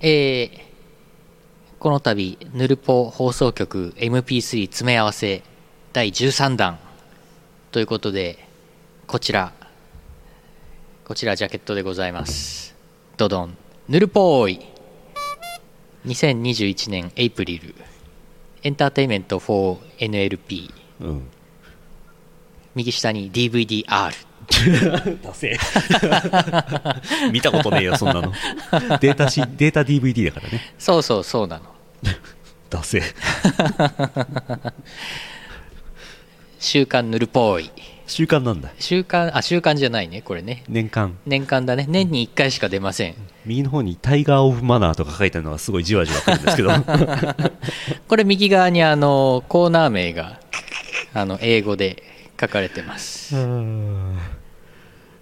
えーこの度ヌルポ放送局 MP3 詰め合わせ第13弾ということでこちらこちらジャケットでございますドドンヌルポーイ2021年エイプリルエンターテイメント 4NLP うん右下に DVDR ダセ 見たことねえよそんなのデータしデータ DVD だからねそうそうそうなのダセ週刊ヌルポーイ習慣なんだ週刊あ週刊じゃないねこれね年間年間だね年に1回しか出ません右の方に「タイガー・オブ・マナー」とか書いてあるのがすごいじわじわくるんですけど これ右側にあのコーナー名があの英語で書かれてます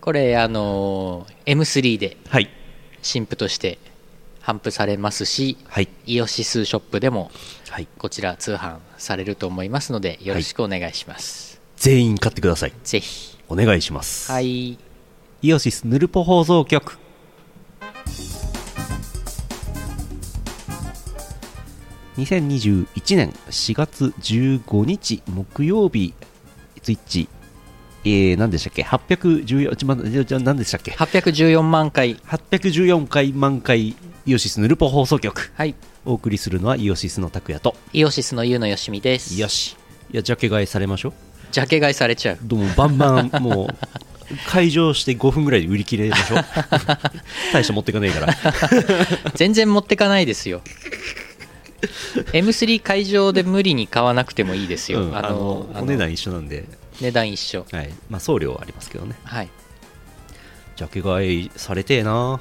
これあの M3 ではい新譜として頒布されますしはいイオシスショップでもはいこちら通販されると思いますのでよろしくお願いします、全員買ってくださいぜひお願いします、はいイオシスヌルポ放送局2021年4月15日木曜日ツイッチえー、何でしたっけ814ちょまじゃ何でしたっけ814万回814回満開イオシスヌルポ放送局はいお送りするのはイオシスの拓也とイオシスのゆうのよしみですよしいやジャケ買いされましょうジャケ買いされちゃうどうもバンバン もう会場して5分ぐらいで売り切れまし ょう大して持ってかねえから全然持ってかないです よ M3 会場で無理に買わなくてもいいですよ、うん、あのお値段一緒なんで、値段一緒はいまあ、送料はありますけどねはいジャケ買いされてえな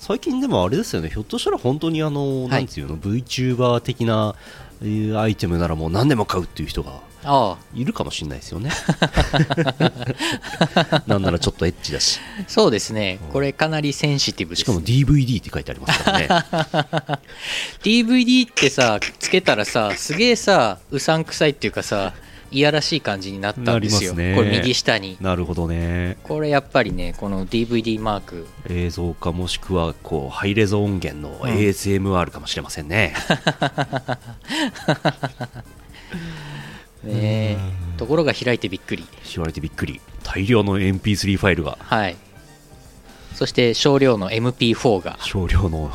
最近でもあれですよねひょっとしたら本当にあの、いなんていうの VTuber 的なえーアイテムならもう何でも買うっていう人があいるかもしれないですよねなんならちょっとエッチだしあそうですねこれかなりセンシティブですしかも DVD って書いてありますからね DVD ってさつけたらさすげえさうさんくさいっていうかさいやらしい感じになったんですよなりますねこれ右下になるほどねこれやっぱりねこの DVD マーク映像化もしくはこうハイレゾ音源の ASMR かもしれませんね、ねえところが開いてびっくり言われてびっくり大量の MP3 ファイルがはいそして少量の MP4 が少量の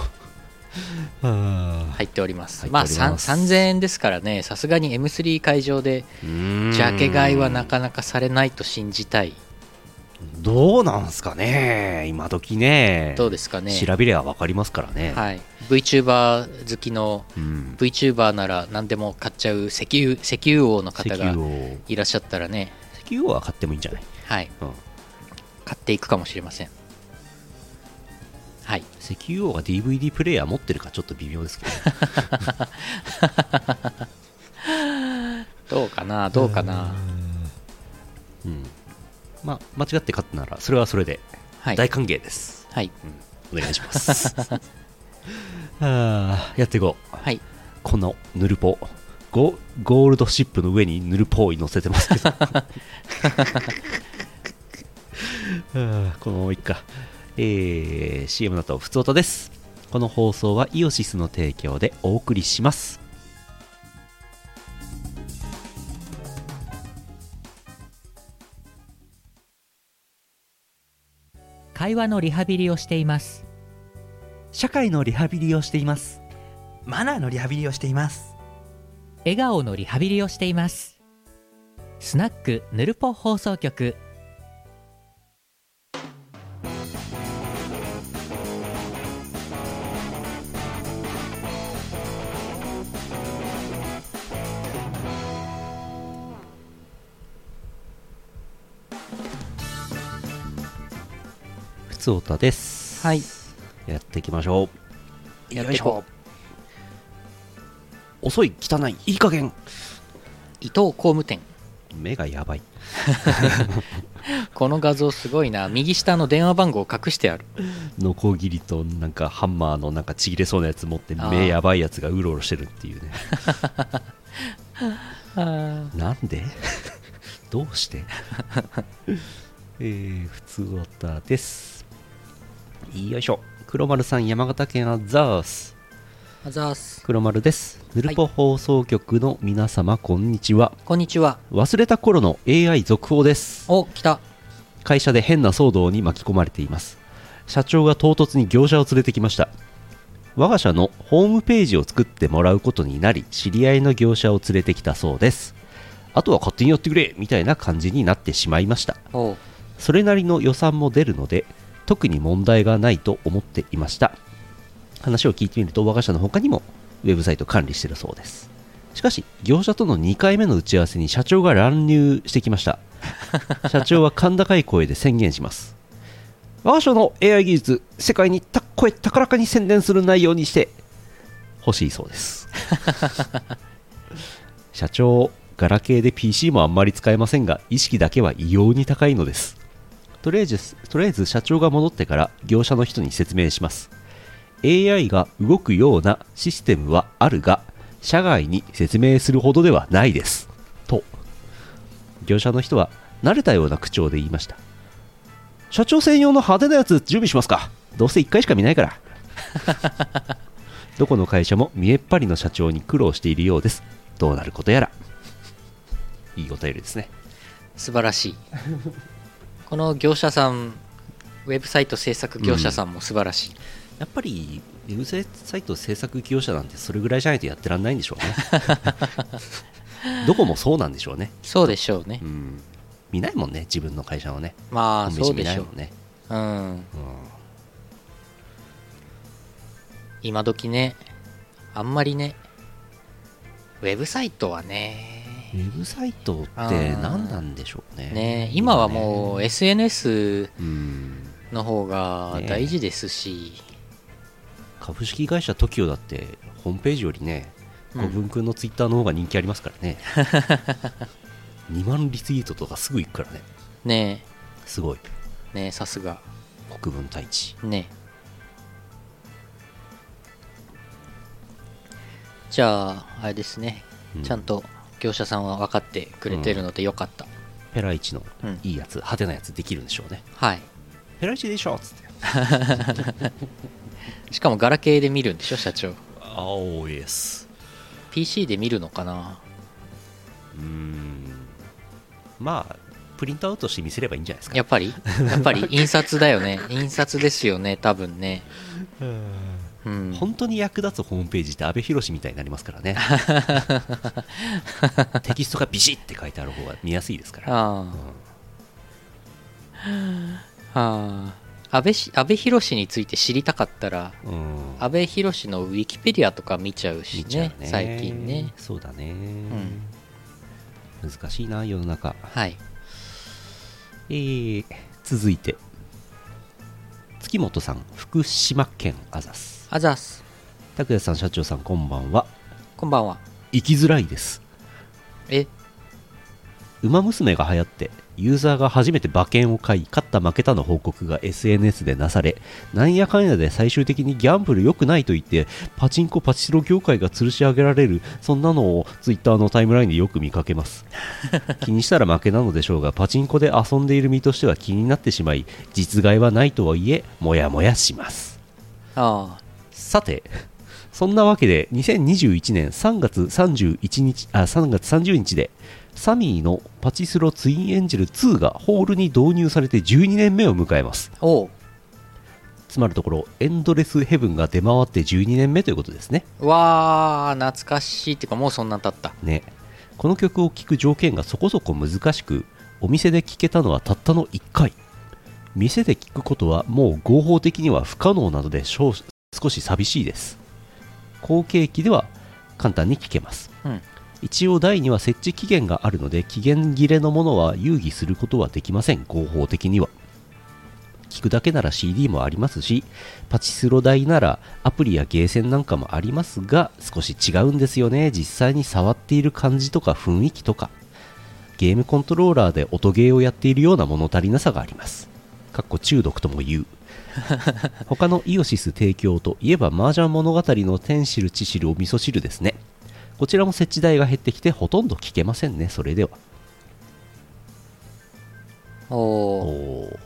入っております入っておりままあすさん3000円ですからねさすがに M3 会場でジジャケ買いはなかなかされないと信じたいどうなんすかね今時ねどうですかね調べりゃ分かりますからね、はい、VTuber 好きのうん VTuber なら何でも買っちゃう石油石油王の石方油がをいらっしゃったらね、石油は買ってもいいんじゃない、はい、うん、買っていくかもしれませんはい石油王が DVD プレイヤー持ってるかちょっと微妙ですけどどうかな どうかなうんまあ間違って買ったならそれはそれではい、大歓迎です、はいお願いします あーやっていこうはい、このヌルポゴゴールドシップの上にヌルポイ乗せてますけどあーこのままいっか、えー、CM の後ふつおたですこの放送はイオシスの提供でお送りします会話のリハビリをしています社会のリハビリをしていますマナーのリハビリをしています笑顔のリハビリをしていますスナックぬるぽ放送局ふつおたですはい、やっていきましょうやっていこう遅い汚いいい加減伊藤工務店目がやばいこの画像すごいな右下の電話番号を隠してあるノコギリとなんかハンマーのなんかちぎれそうなやつ持ってあー目やばいやつがうろうろしてるっていうねあなんで どうしてえー、普通オタですよいしょく黒丸さん山形県アザースあざーす黒丸ですヌルポ放送局の皆様、こんにちはこんにちは忘れた頃の AI 続報ですお来た会社で変な騒動に巻き込まれています社長が唐突に業者を連れてきました我が社のホームページを作ってもらうことになり知り合いの業者を連れてきたそうですあとは勝手にやってくれみたいな感じになってしまいましたおうそれなりの予算も出るので特に問題がないと思っていました話を聞いてみると我が社の他にもウェブサイトを管理しているそうですしかし業者との2回目の打ち合わせに社長が乱入してきました社長は甲高い声で宣言します我が社の AI 技術世界にた声高らかに宣伝する内容にして欲しいそうです社長ガラケーで PC もあんまり使えませんが意識だけは異様に高いのですとりあえずとりあえず社長が戻ってから業者の人に説明します AI が動くようなシステムはあるが社外に説明するほどではないですと業者の人は慣れたような口調で言いました社長専用の派手なやつ準備しますかどうせ1回しか見ないから どこの会社も見えっ張りの社長に苦労しているようですどうなることやらいいお便りですね素晴らしいこの業者さんウェブサイト制作業者さんも素晴らしい、やっぱりウェブサイト制作業者なんてそれぐらいじゃないとやってらんないんでし ょうねどこもそうなんでしょうねそうでしょうね、うん見ないもんね自分の会社をねまあホームペーそジうで見ないしょうもんねうん今時ねあんまりねウェブサイトはねうんウェブサイトってあー何なんでしょうねね今はもう SNS う、うん、の方が大事ですし、株式会社 TOKIO だってホームページよりねうん古文君のツイッターの方が人気ありますからね、2万リツイートとかすぐ行くからねねすごいえねえさすが国分太一ねえじゃああれですね、うんちゃんと業者さんは分かってくれてるのでよかった、ペライチのうんいいやつ、派手なやつできるんでしょうね。はいペライチでしょっつって。しかもガラケーで見るんでしょ社長おー、イエス。 PC で見るのかなうーん。まあ、プリントアウトして見せればいいんじゃないですか。やっぱ りやっぱり印刷だよね印刷ですよね多分ねうん本当に役立つホームページって阿部寛みたいになりま すからね。テキストがビシッて書いてある方が見やすいですから。ああ、ああ安倍し安倍博士について知りたかったらうん。うん安倍博士のウィキペディアとか見ちゃうし見ちゃねうね最近ねそうだね。難しいな、世の中。はいえー続いて。月本さん、福島県アザス。あざっす拓也さん社長さんこんばんはこんばんは生きづらいですえウマ娘が流行ってユーザーが初めて馬券を買い勝った負けたの報告が SNS でなされなんやかんやで最終的にギャンブル良くないと言ってパチンコパチスロ業界が吊るし上げられるそんなのを Twitter のタイムラインでよく見かけます気にしたら負けなのでしょうがパチンコで遊んでいる身としては気になってしまい実害はないとはいえモヤモヤしますあさて、そんなわけで、2021年3月31日、あ、3月30日で、サミーのパチスロツインエンジェル2がホールに導入されて12年目を迎えます。あおうつまるところ、エンドレスヘブンが出回って12年目ということですね。わあ懐かしいっていうかもうそんなん経ったね。この曲を聴く条件がそこそこ難しく、お店で聴けたのはたったの1回。店で聴くことはもう合法的には不可能なので少し少し寂しいです。後継機では簡単に聴けます。うん一応台には設置期限があるので期限切れのものは遊戯することはできません合法的には聞くだけなら CD もありますしパチスロ台ならアプリやゲーセンなんかもありますが少し違うんですよね実際に触っている感じとか雰囲気とかゲームコントローラーで音ゲーをやっているような物足りなさがありますかっこ中毒とも言う 他のイオシス提供といえば麻雀物語の天汁地汁お味噌汁ですねこちらも設置代が減ってきてほとんど聞けませんね、それでは。おおお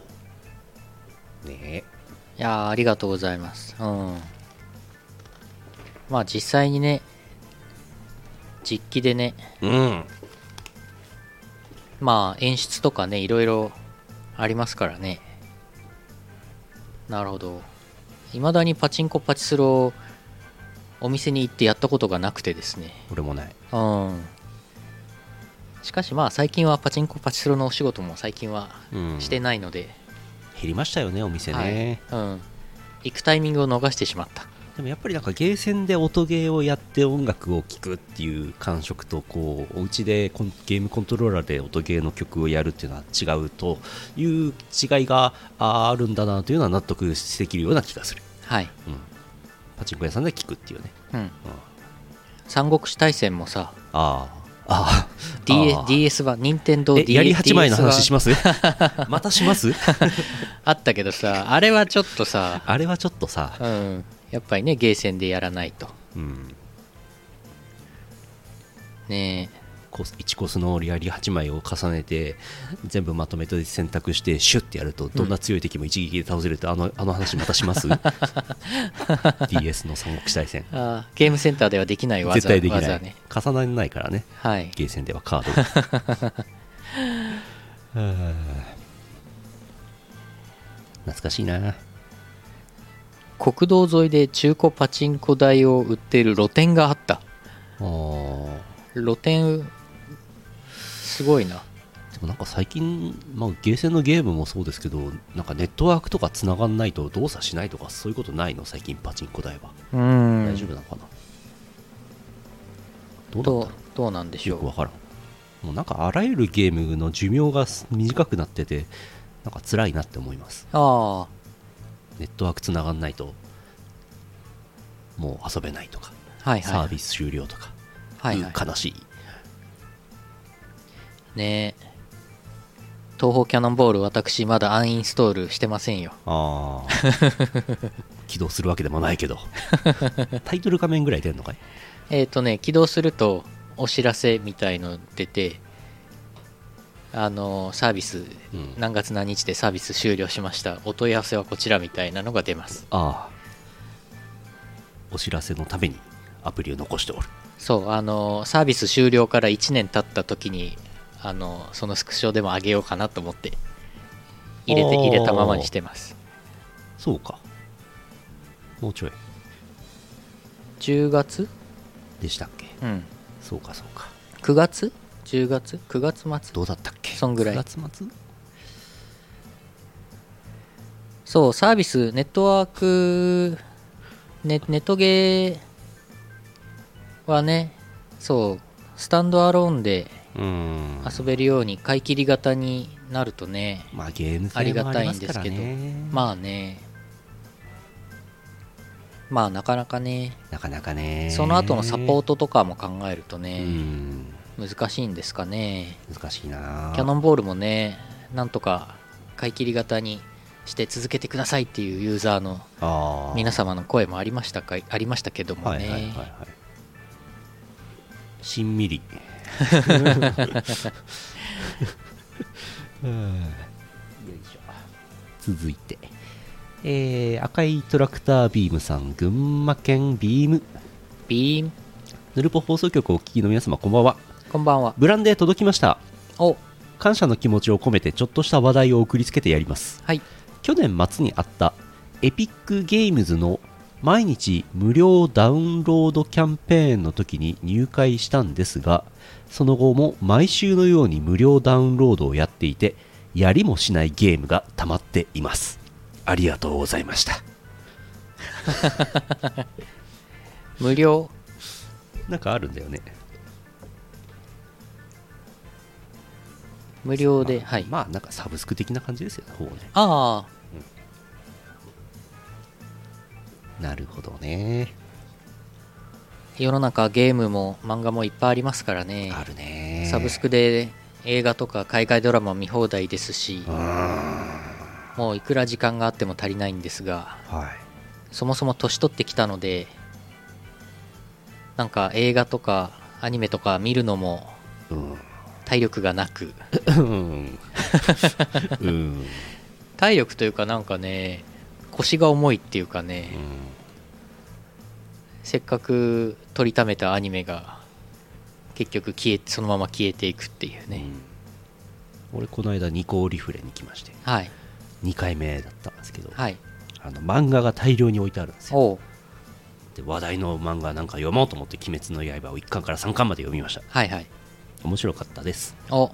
ーねえ、いやーありがとうございます。うん。まあ実際にね、実機でね、うんまあ演出とかね、いろいろありますからね。なるほど。いまだにパチンコパチスロをお店に行ってやったことがなくてですね。俺もないうん。しかしまあ最近はパチンコパチスロのお仕事も最近はうんしてないので、減りましたよねお店はいね、うん。行くタイミングを逃してしまった。でもやっぱりなんかゲーセンで音ゲーをやって音楽を聴くっていう感触とこうお家でコンゲームコントローラーで音ゲーの曲をやるっていうのは違うという違いがあーあるんだなというのは納得できるような気がする、はい。うん、パチンコ屋さんで聴くっていうね、うん。うん、三国志大戦もさ、あーあー DS, あー DS 版、任天堂え DS やり8枚の話しまます またしますあったけどさ、あれはちょっとさ、あれはちょっとさ、うん、やっぱりね、ゲーセンでやらないと。うん、ねコス1コスのリアリ8枚を重ねて全部まとめて選択してシュッてやるとどんな強い敵も一撃で倒せるって、あのあの話またします DS の三国志大戦えあーゲームセンターではできない技絶対できな技い、ね。重ならないからねはい。ゲーセンではカードがはあ 懐かしいな国道沿いで中古パチンコ台を売っている露店があった。おー露店、すごいな。でもなんか最近、まあ、ゲーセンのゲームもそうですけどなんかネットワークとかつながんないと動作しないとかそういうことないの最近パチンコ台はう大ん丈夫なのかな、どうどなんだろうどうなんでうしょよくうわ。からんもうなんかあらゆるゲームの寿命がす短くなっててなんか辛いなって思いますああ、ネットワークつながんないともう遊べないとかはいサはーい。ビス終了とか、はい、いはうい。悲し いねえ東方キャノンボール私まだアンインストールしてませんよあー起動するわけでもな いけどタイトル画面ぐらい出るのかいえっ、とね起動するとお知らせみたいの出てあのサービスうん何月何日でサービス終了しましたお問い合わせはこちらみたいなのが出ますああお知らせのためにアプリを残しておるそうあのサービス終了から1年経った時にあのそのスクショでも上げようかなと思って入れておー入れたままにしてますそうかもうちょい10月でしたっけうんそうかそうか9月10月9月末どうだったっけそんぐらい9月末そう、サービス、ネットワーク、ネネットゲーはね、そう、スタンドアローンでうーん遊べるように買い切り型になるとね、まあゲーム性もありがたありいまんすでかすらけど、ねまあね、まあなかなかね、なかなかねその後のサポートトとかも考えるとうね、ん難しいんですかね。難しいなキャノンボールもね、なんとか買い切り型にして続けてくださいっていうユーザーのああ皆様の声もありましたかありましたけどもはいはいはいねはいしん みりうんよいしょ続いて、えー赤いトラクタービームさん群馬県ビームビーンヌルポ放送局をお聞きの皆様こんばんはこんばんはブランデー届きましたお感謝の気持ちを込めてちょっとした話題を送りつけてやりますはい去年末にあったエピックゲームズの毎日無料ダウンロードキャンペーンの時に入会したんですがその後も毎週のように無料ダウンロードをやっていてやりもしないゲームが溜まっていますありがとうございました無料なんかあるんだよね無料で、まあはい、まあなんかサブスク的な感じですよねほぼねああなるほどね世の中ゲームも漫画もいっぱいありますからねあるねサブスクで映画とか海外ドラマ見放題ですしうーんはもういくら時間があっても足りないんですがいそもそも年取ってきたのでなんか映画とかアニメとか見るのもうん体力がなくうんうん体力というかなんかねこ腰が重いっていうかね、うせっかく撮りためたアニメが結局消えそのまま消えていくって いうね、ん俺この間ニコーリフレに来ましてはい2回目だったんですけど、はいあの漫画が大量に置いてあるんですよおうで話題の漫画なんか読もうと思って「鬼滅の刃」を1巻から3巻まで読みましたはいはい面白かったですお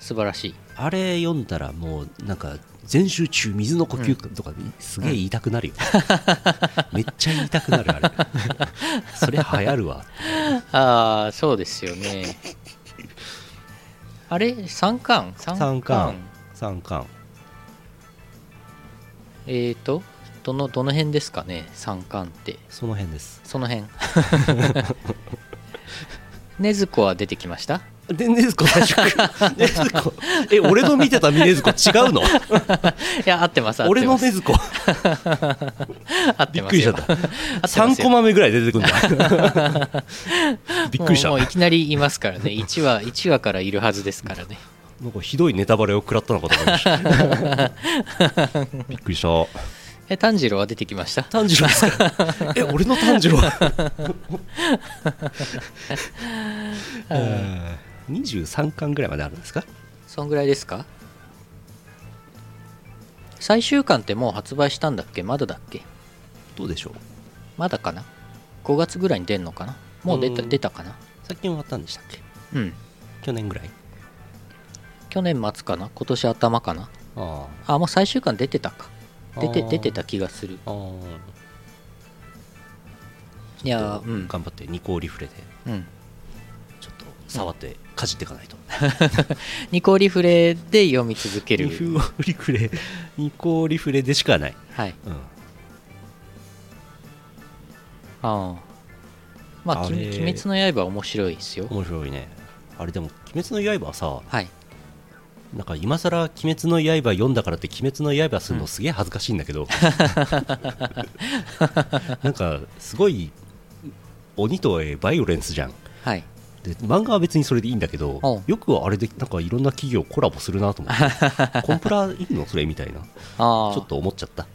素晴ら しいあれ読んだらもうなんか全集中水の呼吸とかすげえ言いたくな るよ、めっちゃ言いたくなるあれそれ流行るわああそうですよね あれ3巻三3巻3巻えっ、ー、とどのどの辺ですかね3巻ってその辺ですその 辺 禰豆子は出てきましたでねずこ最 初ねずこえ俺の見てたねずこ違 うのいや合ってます合って俺のますね ずこ合ってびっますくりしちゃよった合ってます3よコマ目ぐらい出 てくるんだびっくりしたもうもなういきなりいますから ね1話1話からいるはずですからねんかひどいネタバレを食らったのかと思い ましたびっくりしたえ炭治郎は出てきました炭治郎ですか え俺の炭 治郎 えー23巻ぐらいまであるんですかそんぐらいですか最終巻ってもう発売したんだっけまだだっけどうでしょうまだかな5月ぐらいに出んのかなもう出たうん出たかな最近終わったんでしたっけうん去年ぐらい去年末かな今年頭かなああもう最終巻出てたか出てあー出てた気がするあーいやーうん、頑張ってニコーリフレでうん、ちょっと触ってかじっていかない と、ニコリフレで読み続けニコるーリフレ ニコーリフレでしかない、はいうん、ああまあ「あきれ鬼滅の刃」面白いですよ面白いねあれでも「鬼滅の刃」はさはいなんか今更鬼滅の刃」読んだからって「鬼滅の刃」するのすげえ恥ずかしいんだ けど、なんかすごい鬼とはいえバイオレンスじゃんはいで漫画は別にそれでいいんだけどうんよくあれでなんかいろんな企業コラボするなと思って コンプラいいのそれみたいなちあょっあと思っちゃった、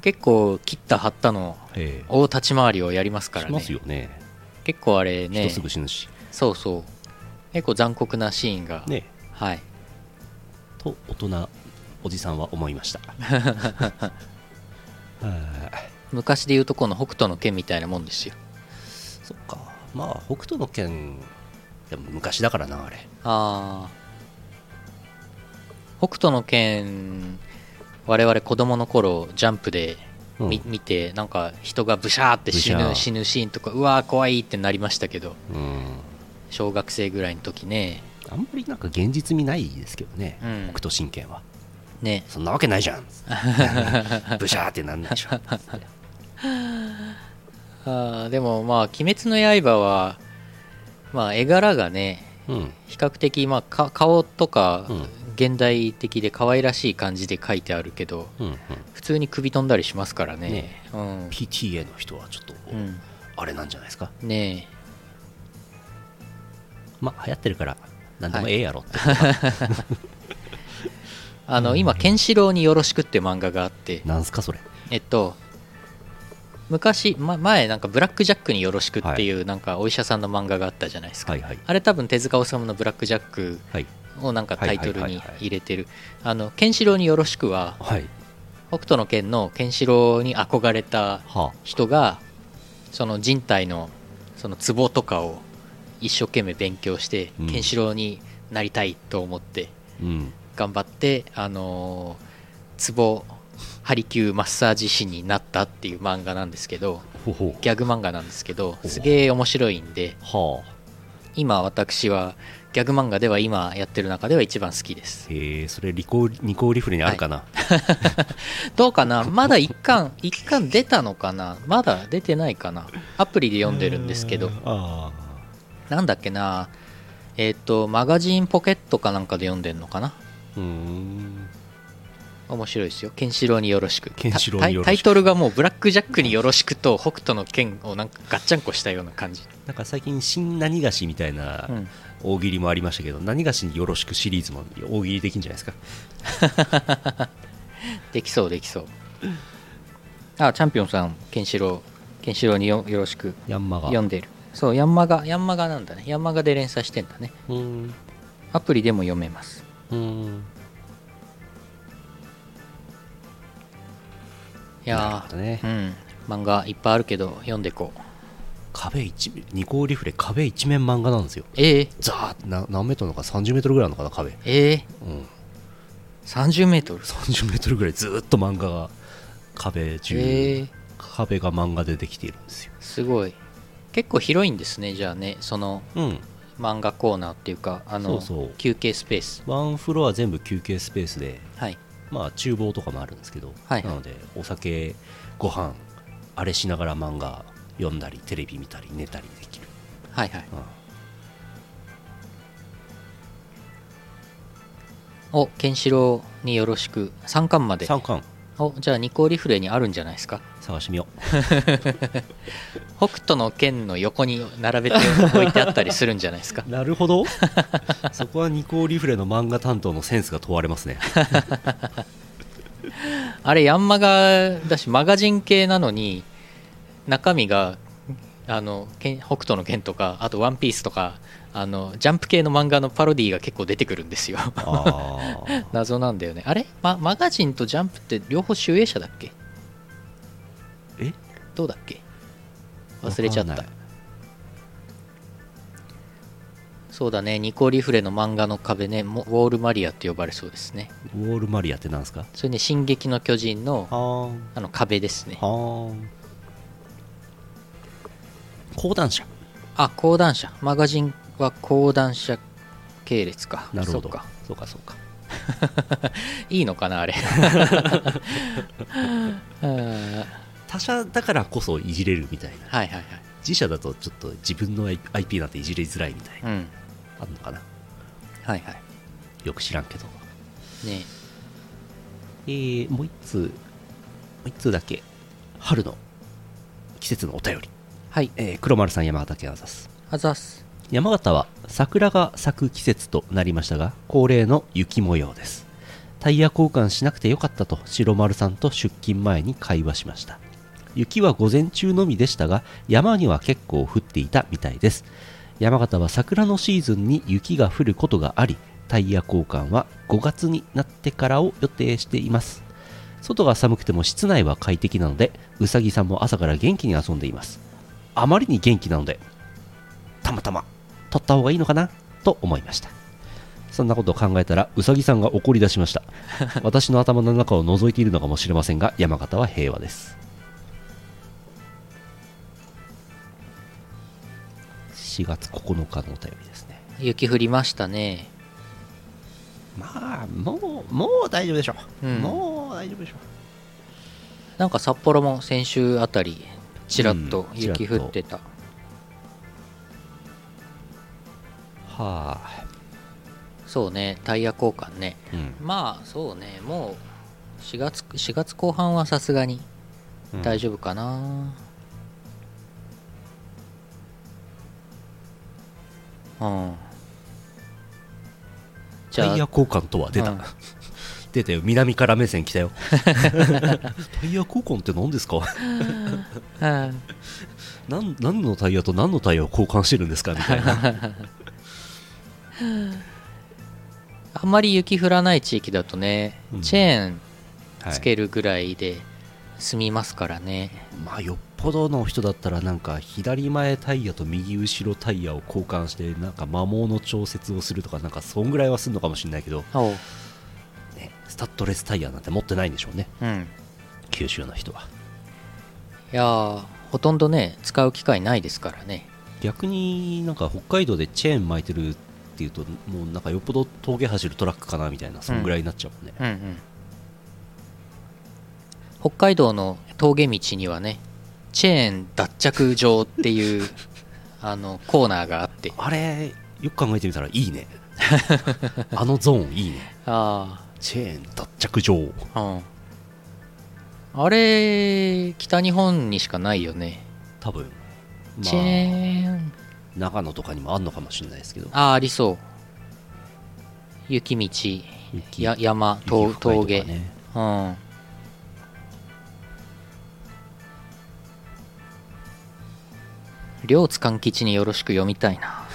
結構切った張ったのええ大立ち回りをやりますからしねますよね結構あれね人すぐ死ぬしそうそう結構残酷なシーンが、ねはいと大人おじさんは思い ました はい昔でいうとこの北斗の拳みたいなもんですよそっかまあ北斗の拳でも昔だからなあれああ北斗の拳我々子供の頃ジャンプで見,、う見てなんか人がブシャーって死ブシャぬー死ぬシーンとかうわー怖いってなりましたけどうん小学生ぐらいの時ねあんまりなんか現実味ないですけどね、うん北斗神拳はねそんなわけない じゃんブシャーってなんないでしょあーでもまあ「鬼滅の刃は」まあ絵柄がねうん比較的まあか顔とかうん現代的で可愛らしい感じで描いてあるけどうんうん普通に首飛んだりしますからねねうん PTA の人はちょっと、うんあれなんじゃないですかねえまあ流行ってるから何でもはいええやろって、あの今「ケンシロウによろしく」っていう漫画があってなんすかそれえっと昔、ま、前なんか「ブラック・ジャックによろしく」っていうなんかお医者さんの漫画があったじゃないですか、はいはいあれ多分手塚治虫の「ブラック・ジャック」はいをなんかタイトルはいにはいはいはい入れてる「あのケンシロウによろしくは」はい北斗の拳のケンシロウに憧れたは人がその人体のそのツボとかを一生懸命勉強してうんケンシロウになりたいと思ってあうん頑張って、あのーツボハリキューマッサージ師になったっていう漫画なんですけどほほギャグ漫画なんですけどうすげえ面白いんではあ今私はギャグ漫画では今やってる中では一番好きですへえそれリコニコーリフレにあるかな、どうかなまだ一巻一巻出たのかなまだ出てないかなアプリで読んでるんですけどあなんだっけなえっ、とマガジンポケットかなんかで読んでんのかなーうーん面白いですよケンシロウによろしくケンシロウによろしくタイタイトルがもうブラック・ジャックによろしくと北斗の剣をなんかガッチャンコしたような感じ、なんか最近新何菓子みたいなうん大喜利もありましたけど、何菓子によろしくシリーズも大喜利できるんじゃないですかできそうできそうあチャンピオンさんケンシロウケンシロウによよろしくヤンマが読んでるそうヤンマガヤンマガなんだねヤンマガで連載してんだねうーんアプリでも読めますうーんいなるやほー、どねうん漫画いっぱいあるけど読んでこう壁一面ニコーリフレ壁一面漫画なんですよええザーってな何メートルなのか30メートルぐらいなのかな壁ええうん30メートル30メートルぐらいずーっと漫画が壁中、へえ壁が漫画でできているんですよすごい結構広いんですねじゃあねそのうん漫画コーナーっていうかあのそうそう休憩スペース、ワンフロア全部休憩スペースではい、まあ厨房とかもあるんですけど、はいなのでお酒ご飯あれしながら漫画読んだりテレビ見たり寝たりできる、はいはいうんおケンシロウによろしく3巻まで三巻おじゃあニコーリフレにあるんじゃないですか探してみよ北斗の剣の横に並べて置いてあったりするんじゃないですかう なるほど そこはニコーリフレの漫画担当のセンスが問われます ねあれヤンマガだしマガジン系なのに中身があの剣北斗の剣とかあとワンピースとかあのジャンプ系の漫画のパロディーが結構出てくるんですよああ 謎なんだよねあれ、ま、マガジンとジャンプって両方集英社だっけえどうだっけ忘れちゃったそうだねニコリフレの漫画の壁ねもウォールマリアって呼ばれそうですねウォールマリアってなんですかそれね「進撃の巨人の」はーんあの壁ですねはーん講談社あ講談社マガジンは講談社系列かなるほそどっかそうかそうかいいのかなあれ うんはい他社だからこそいじれるみたいなはいはい自社だとちょっと自分の IP なんていじりづらいみたいなうんあんのかなはいはいよく知らんけどねえー、もう一通もう一通だけ春の季節のお便り、はいえー黒丸さん山形県アザスあざっす山形は桜が咲く季節となりましたが恒例の雪模様ですタイヤ交換しなくてよかったと白丸さんと出勤前に会話しました雪は午前中のみでしたが山には結構降っていたみたいです山形は桜のシーズンに雪が降ることがありタイヤ交換は5月になってからを予定しています外が寒くても室内は快適なのでうさぎさんも朝から元気に遊んでいますあまりに元気なのでたまたま取った方がいいのかなと思いましたそんなことを考えたらうさぎさんが怒り出しま した私の頭の中を覗いているのかもしれませんが山形は平和です4月9日のお便りですね雪降りましたねまあもうもう大丈夫でしょう、うんもう大丈夫でしょなんか札幌も先週あたりちらっとうんちらっと雪降ってた、うはあそうねタイヤ交換ねうんまあそうねもう4月4月後半はさすがに大丈夫かな、うん、じタゃイヤあ交換とは出た、うん出たよ南から目線来た よタイヤ交換って何ですかうんなん何のタイヤと何のタイヤを交換してるんですかみたいなあんまり雪降らない地域だとね、うんチェーンつはいけるぐらいで済みますからね、まあよっぽどの人だったらなんか左前タイヤと右後ろタイヤを交換してなんか摩耗の調節をするとかなんかそんぐらいはするのかもしれないけど、おうね、スタッドレスタイヤなんて持ってないんでしょうねうん九州の人はいやーほとんどね使う機会ないですからね逆になんか北海道でチェーン巻いてるっていうともうなんかよっぽど峠走るトラックかなみたいなそんぐらいになっちゃうもんね、うんうん北海道の峠道にはねチェーン脱着場って いうあのコーナーがあってあれよく考えてみたらいいねあのゾーンいいねあチェーン脱着場あうんあれ北日本にしかないよね、多分まチェあーン長野とかにもあんのかもしれないですけどああありそう雪道雪や山雪と深いとか峠、ねうん両津勘吉によろしく読みたい な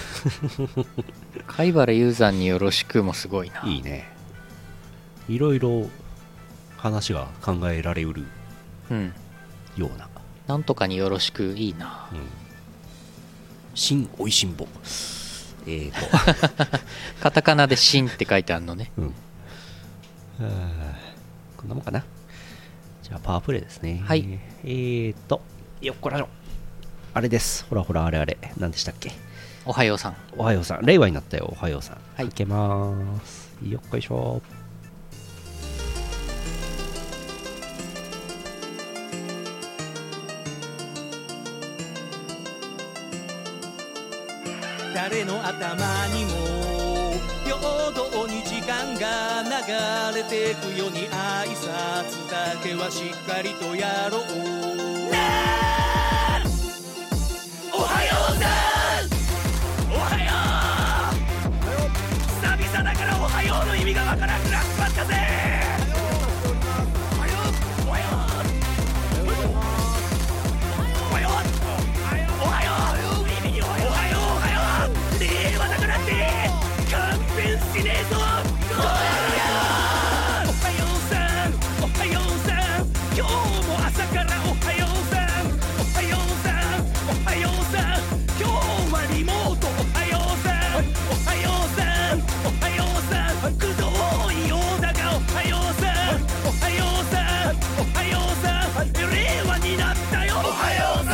貝原雄山によろしくもすごいないいねいろいろ話が考えられうるうんような、なんとかによろしくいいなうん、新おいしんぼえ ーと、カタカナで「シン」って書いてあるの ねうん、あーこんなもんかなじゃあパワープレイですねはいえーとよっこらしょあれですほらほらあれあれ何でしたっけおはようさんおはようさん令和になったよおはようさんはい開けまーすよっこいしょ誰の頭にも平等に時間が流れてくように挨拶だけはしっかりとやろうおはようさんおはよう久々だからおはようの意味がわからなくなっちまったぜおはようおはようおはようおはようおはようおはようおはよう令和だからって勘弁しねえぞおはようおはようさんおはようさん今日も朝からおはようさんおはようさんおはようさん今日はリモートおはようさんおはようさんおはようさんくどいようだがおはようさんおはようさんおはようさん令和になったよおはようさん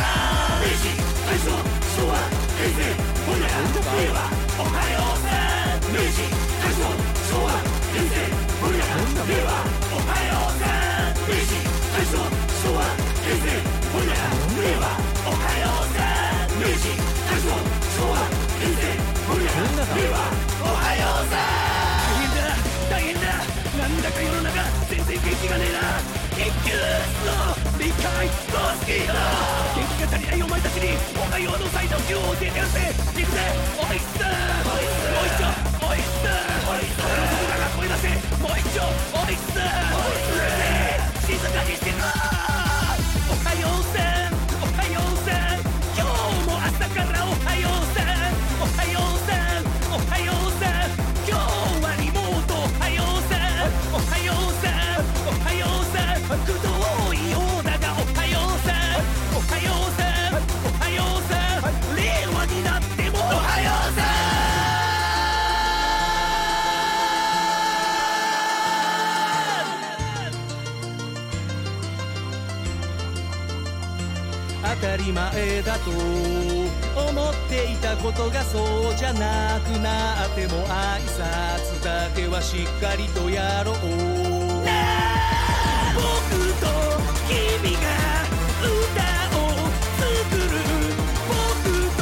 明治大正昭和平成ほら令和おはようさん明治大正昭和平成ほら令和おはようさん明治大正昭和平成ほら令和おはようさん明治大正昭和平成ほら令和おはようさん大変だ大変だなんだか世の中全然元気がねえな一級の理解のスキーだ元気が足りないお前たちにおはようの最上級を教えてやるぜ行くぜおいっすもう一丁おいっすおいっす腹の底から声出せもう一丁おいっすうるせえ静かにしてろおはようさんおはようさん今日も朝からおはようさんおはようさんおはようさん今日はリモートおはようさんおはようさんおはようさんくどいようだがおはようさんおはようさんおはようさん令和になってもおはようさん当たり前だと思っていたことがそうじゃなくなっても挨拶だけはしっかりとやろう僕と君が歌を作る僕と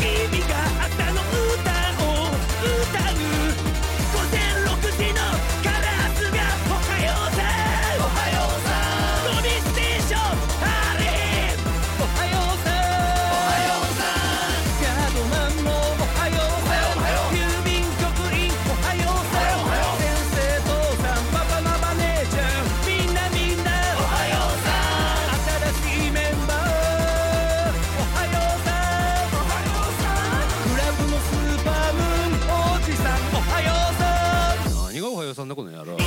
君が朝の歌を歌う午前6時のカラスがおはようさんおはようさんゴミステーション晴れおはようさんおはようさんガードマンもおはようさん郵便局員おはようさん先生父さんパパママ姉ちゃんみんなみんなおはようさん新しいメンバーおはようさんおはようさんクラブのスーパームーンおじさんおはようさん何がおはようさんだこの野郎え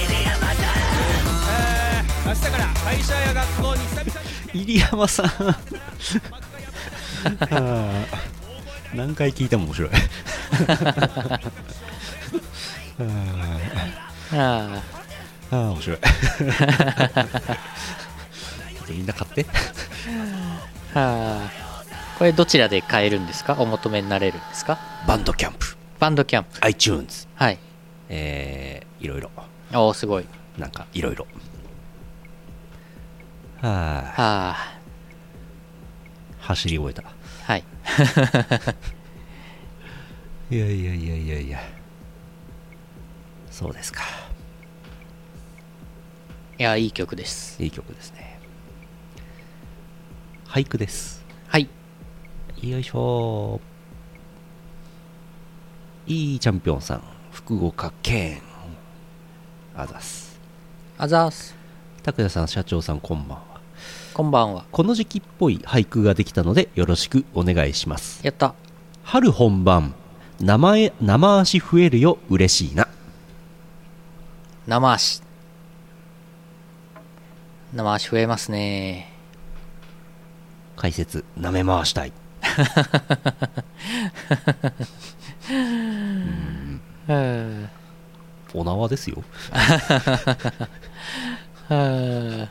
ー明日から会社や学校に久々に入山さん あー何回聞いても面白いああーあー 面白いちょっとみんな買ってあはあこれどちらで買えるんですかお求めになれるんですかバンドキャンプバンドキャンプ iTunes はいえー、いろいろおおすごいなんかいろいろはあは走り終えたあはいいやいやいやいやいやそうですかいやいい曲ですいい曲ですね俳句ですはいよいしょいいチャンピオンさん福岡県あざっすあざーす拓也さん社長さんこんばんはこんばんはこの時期っぽい俳句ができたのでよろしくお願いしますやった春本番名前生足増えるよ嬉しいな生足生足増えますね解説舐め回したいうんうんお縄です ようん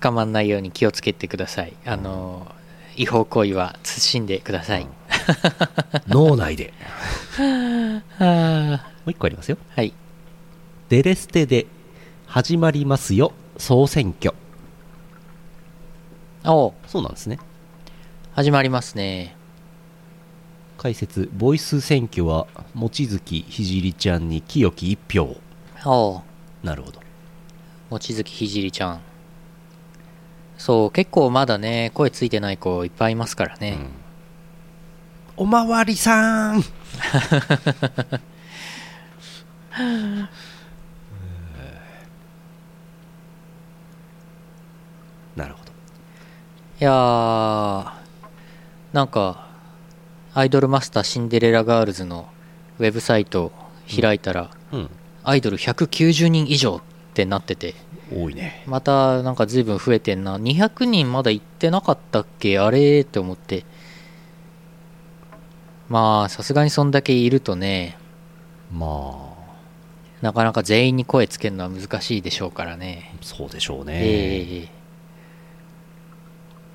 捕まんないように気をつけてくださいあの違法行為は慎んでください、脳内であもう一個ありますよーはいデレステで始まりますよ総選挙おうそうなんですね始まりますね解説ボイス選挙は望月ひじりちゃんに清き一票おうなるほど望月ひじりちゃんそう結構まだね声ついてない子いっぱいいますからね、おまわりさん なるほどいやーなんかアイドルマスターシンデレラガールズのウェブサイト開いたら、うんアイドル190人以上ってなってて多いねまたなんか随分増えてんな200人まだ行ってなかったっけあれって思ってまあさすがにそんだけいるとねまなかなか全員に声つけるのは難しいでしょうからねあそうでしょうえね、え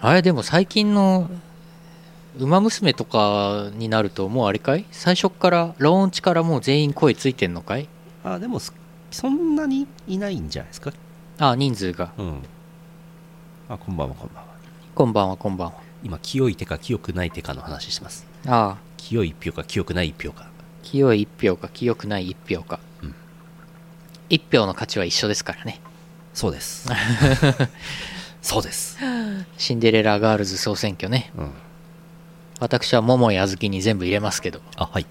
あれでも最近の「ウマ娘」とかになるともうあれかい最初っからローンチからもう全員声ついてんのかいあでもすそんなにいないんじゃないですかあ人数がうんあこんばんはこんばんはこんばんはこんばんは今清い手か清くない手かの話してますああ清い一票か清くない一票か清い1票か清くない1票か、うん一1票の価値は一緒ですからねそうです そうです、シンデレラガールズ総選挙ねうん、私は桃井あずきに全部入れますけどあはい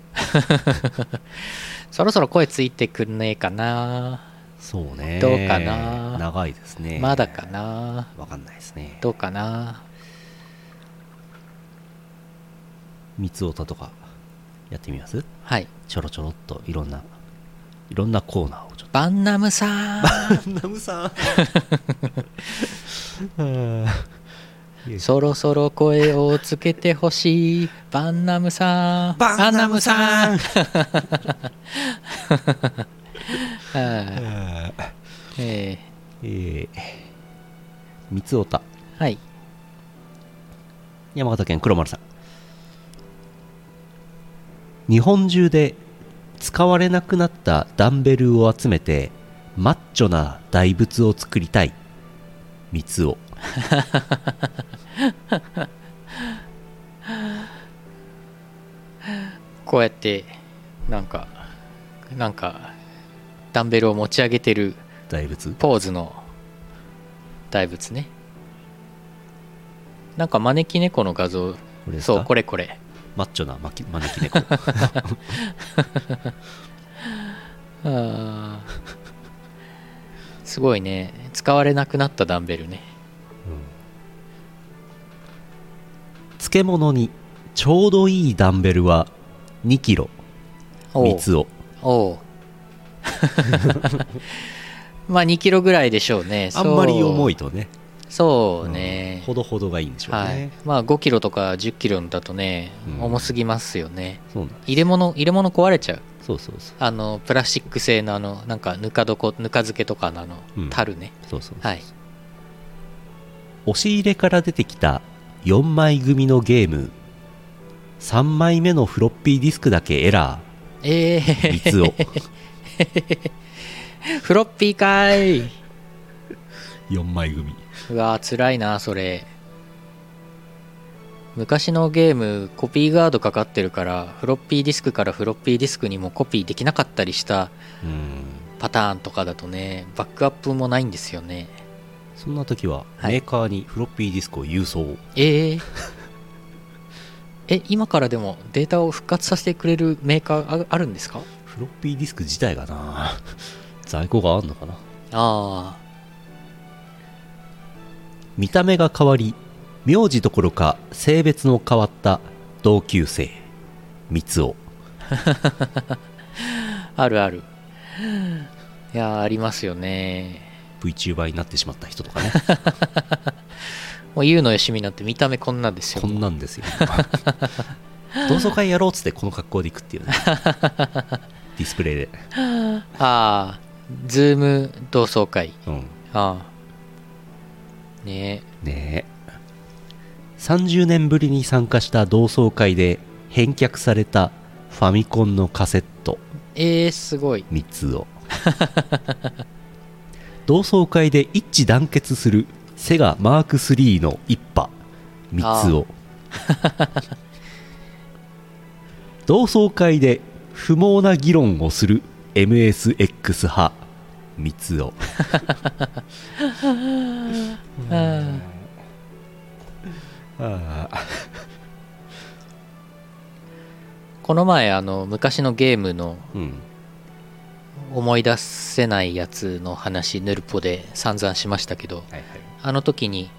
そろそろ声ついてくんねえかな、そうねどうかな長いですねまだかなわかんないですねどうかな三つおたとかやってみますはいちょろちょろっといろんないろんなコーナーを ちょっバンナムさとナムさんんそろそろ声をつけてほしいバンナムさんバンナムさん バンナムさんはいえ えー、三つおたーはい山形県黒丸さん日本中で使われなくなったダンベルを集めてマッチョな大仏を作りたい三つおこうやってなんかなんかダンベルを持ち上げてる大仏ポーズの大仏ねなんか招き猫の画像これですかそうこれこれマッチョなまき招き猫あ ーすごいね使われなくなったダンベルね漬物にちょうどいいダンベルは2キロお三うつおおう まあ2キロぐらいでしょうねあんまりそう重いとねそうね、うんほどほどがいいんでしょうね、はい、まあ5キロとか10キロだとね、うん重すぎますよねそうなん入れ物入れ物壊れちゃうそうそうそうあのプラスチック製のあのなんかぬか床ぬか漬けとかのあのうん樽ね、そうそうそうはい押し入れから出てきた4枚組のゲーム3枚目のフロッピーディスクだけエラええー三つお フロッピーかーい4枚組うわー辛いなそれ昔のゲームコピーガードかかってるからフロッピーディスクからフロッピーディスクにもコピーできなかったりしたうんパターンとかだとねバックアップもないんですよねそんな時ははいメーカーにフロッピーディスクを郵送、えええ今からでもデータを復活させてくれるメーカーああるんですかフロッピーディスク自体がな在庫があんのかなあ見た目が変わり名字どころか性別の変わった同級生三尾ああるあるいやーありますよね VTuber になってしまった人とかねもう言うのよしみなんて見た目こんなんですよこんなんですよ同窓会やろうっつってこの格好で行くっていうねディスプレイで、ああズーム同窓会うん、ああねねえ30年ぶりに参加した同窓会で返却されたファミコンのカセットええー、すごい3つを 同窓会で一致団結するセガマーク3の一派3つを 同窓会で不毛な議論をする MSX 派3つをうんああこの前あの昔のゲームのうん思い出せないやつの話ヌルポで散々しましたけどはいはいあの時に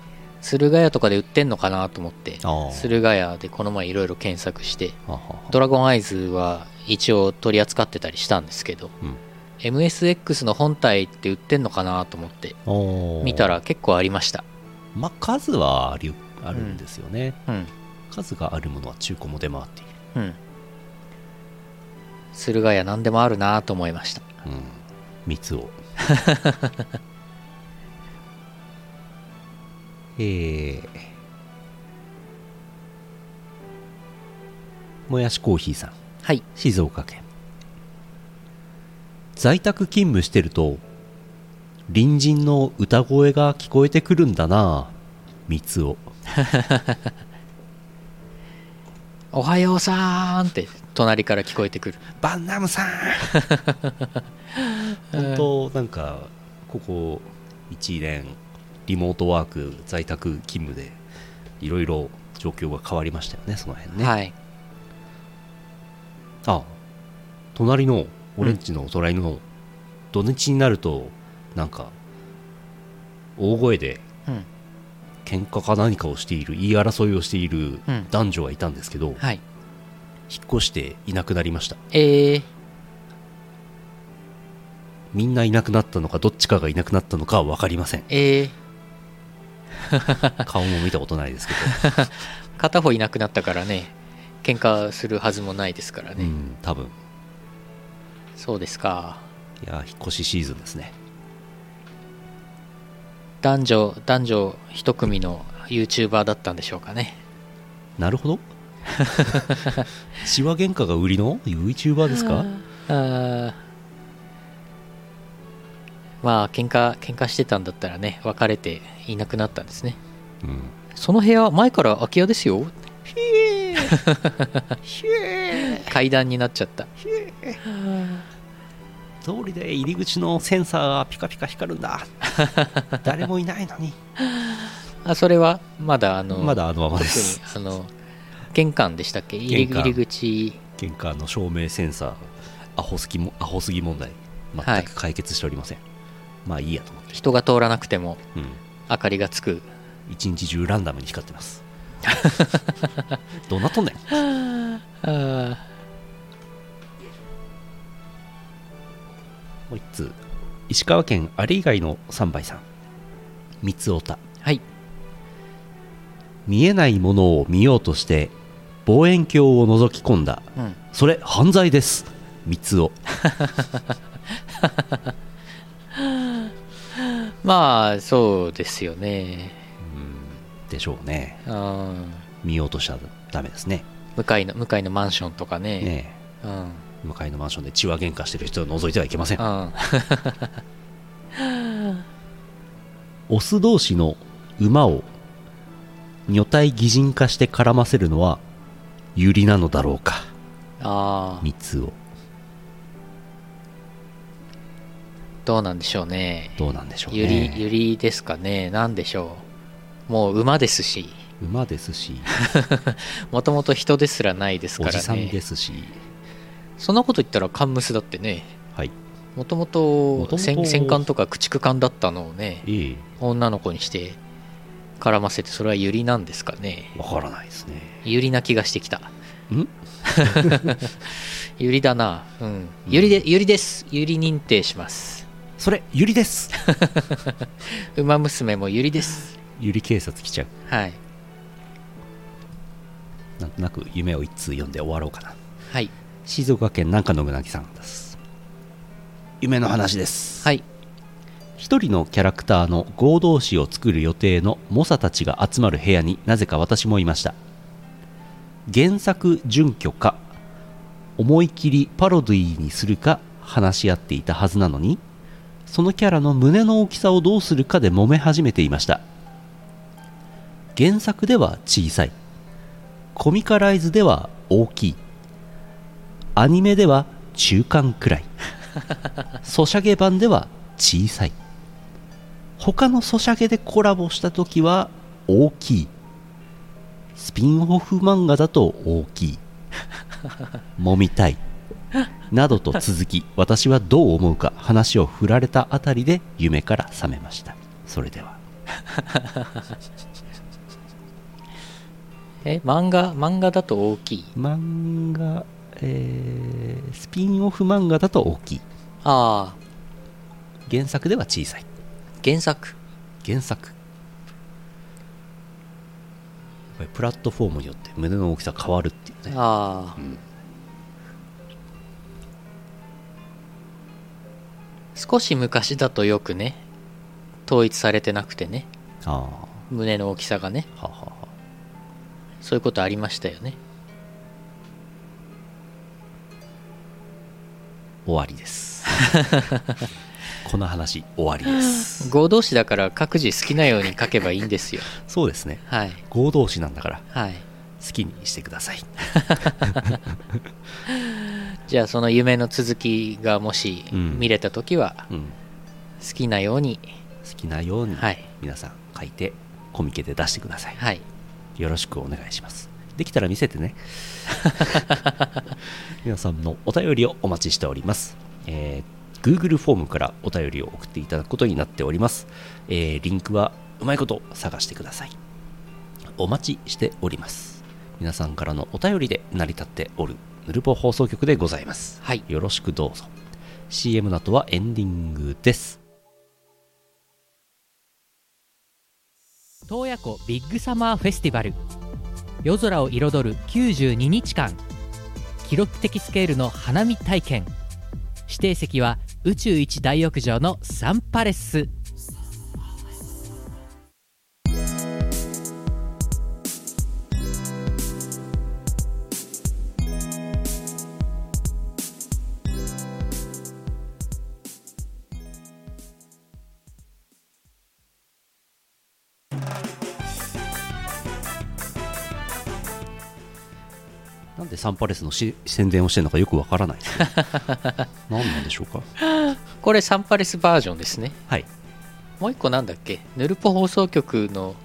駿河屋とかで売ってんのかなと思ってああ駿河屋でこの前いろいろ検索してはははドラゴンアイズは一応取り扱ってたりしたんですけどうん MSX の本体って売ってんのかなと思っておー見たら結構ありましたまあ数はありあるんですよね、うん数があるものは中古も出回っている、うん駿河屋何でもあるなと思いましたうん、三つを えーもやしコーヒーさんはい静岡県在宅勤務してると隣人の歌声が聞こえてくるんだなあ三つを「おはようさーん」って隣から聞こえてくるバンナ ムさん本当なんかここ1年リモートワーク在宅勤務でいろいろ状況が変わりましたよねその辺ね、はいあ隣の俺んちの隣の土日になるとなんか大声でうん喧嘩か何かをしている言い争いをしているうん男女がいたんですけど、はい引っ越していなくなりましたえー、みんないなくなったのかどっちかがいなくなったのかは分かりませんえー、 顔も見たことないですけ片方いなくなったからね喧嘩するはずもないですからど、うね、ん、多分そうですかいやー引っ越しシーズンですね男女男女一組の YouTuber だったんでしょうかねなるほ どシワ喧嘩が売りの YouTuber ですかあーまあ喧嘩喧嘩してたんだったらね別れていなくなったんですねうんその部屋前から空き家ですよ階段になっちゃった通りで入り口のセンサーがピカピカ光る んだ誰もいないのにあそれはまだあのまだあのままで特にすあの玄関でしたっけ入り玄関入り口喧嘩の照明センサーアホすぎもアホすぎ問題はい全く解決しておりません、まあいいやと思って、人が通らなくてもうん、明かりがつく一日中ランダムに光ってます どうなっとんねんあもう一通石川県あれ以外の3倍さん三つおたーはい見えないものを見ようとして望遠鏡を覗き込んだうんそれ犯罪です三つおまあそうですよねでしょうねうん見ようとしたらダメですね向かいの向かいのマンションとかねねうんえ向かいのマンションで血は喧嘩してる人を覗いてはいけませんうんオス同士の馬を女体擬人化して絡ませるのはユリなのだろうかああ三つおどうなんでしょうねどうなんでしょうゆりねゆりですかねなんでしょうもう馬ですし馬ですしもともと人ですらないですおからねじさんですしそんなこと言ったらカンムスだってねはいもとも元と々戦戦艦とか駆逐艦だったのをねええ女の子にして絡ませてそれはユリなんですかねわからないですねユリな気がしてきたんユリだなうんユリでユリですユリ認定しますそれゆりですウマ娘もユリですゆり警察来ちゃうはいなんとなく夢を一通読んで終わろうかなはい静岡県南下のぐなぎさんです夢の話ですはい一人のキャラクターの合同誌を作る予定の猛者たちが集まる部屋になぜか私もいました原作準拠か思い切りパロディにするか話し合っていたはずなのにそのキャラの胸の大きさをどうするかで揉め始めていました原作では小さいコミカライズでは大きいアニメでは中間くらいソシャゲ版では小さい他のソシャゲでコラボした時は大きいスピンオフ漫画だと大きい揉みたいなどと続き私はどう思うか話を振られたあたりで夢から覚めましたそれではえ漫画漫画だと大きい漫画えースピンオフ漫画だと大きいああ原作では小さい原作原作やっぱりプラットフォームによって胸の大きさ変わるっていうねああ、少し昔だとよくね統一されてなくてねああ胸の大きさがねはあはあはあそういうことありましたよね終わりです この話終わりです合同詞だから各自好きなように書けばいいんですよそうですね はい合同詞なんだからはい好きにしてくださいじゃあその夢の続きがもしうん見れた時はうん好きなように、好きなようにはい皆さん書いてコミケで出してくださいはいよろしくお願いしますできたら見せてね 皆さんのお便りをお待ちしております、えー Google フォームからお便りを送っていただくことになっております、えーリンクはうまいこと探してくださいお待ちしております皆さんからのお便りで成り立っておるヌルポ放送局でございます、はいよろしくどうぞ CM の後はエンディングです洞爺湖ビッグサマーフェスティバル夜空を彩る92日間記録的スケールの花見体験指定席は宇宙一大浴場のサンパレスなんでサンパレスのし宣伝をしてるのかよくわからないですね何なんでしょうかこれサンパレスバージョンですねはいもう一個なんだっけヌルポ放送局の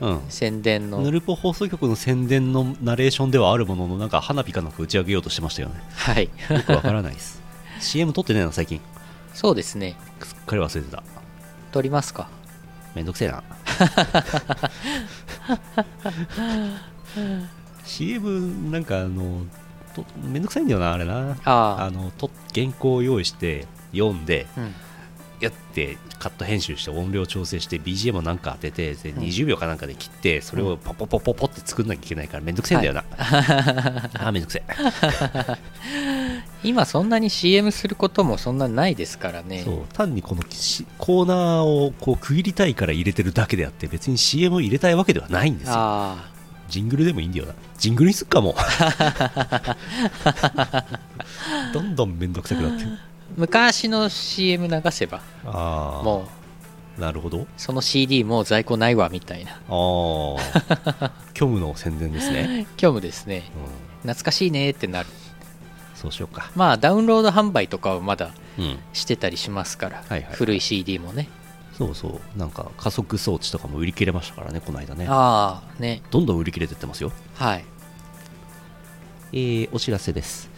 うん宣伝のヌルポ放送局の宣伝のナレーションではあるもののなんか花火かなんか打ち上げようとしてました よねはいよくわからないです CM 撮ってねえな最近そうですねすっかり忘れてた撮りますかめんどくせえ な CM なんかあのとめんどくさいんだよなあれなああのと原稿を用意して読んであうんやってカット編集して音量調整して BGM をなんか当ててで20秒かなんかで切ってそれをポポポポポって作んなきゃいけないからめんどくせえんだよな、 あーめんどくせえ今そんなに CM することもそんなないですからねそう単にこのしコーナーをこう区切りたいから入れてるだけであって別に CM を入れたいわけではないんですよああジングルでもいいんだよなジングルにすっ かもうどんどんめんどくさくな ってる昔の CM 流せばああもうなるほどその CD もう在庫ないわみたいなああ 虚無の宣伝ですね、虚無ですねうん、懐かしいねってなるそうしようかまあダウンロード販売とかはまだうんしてたりしますから、はいはい古い CD もねそうそうなんか加速装置とかも売り切れましたからねこの間ねああねどんどん売り切れてってますよはいえーお知らせです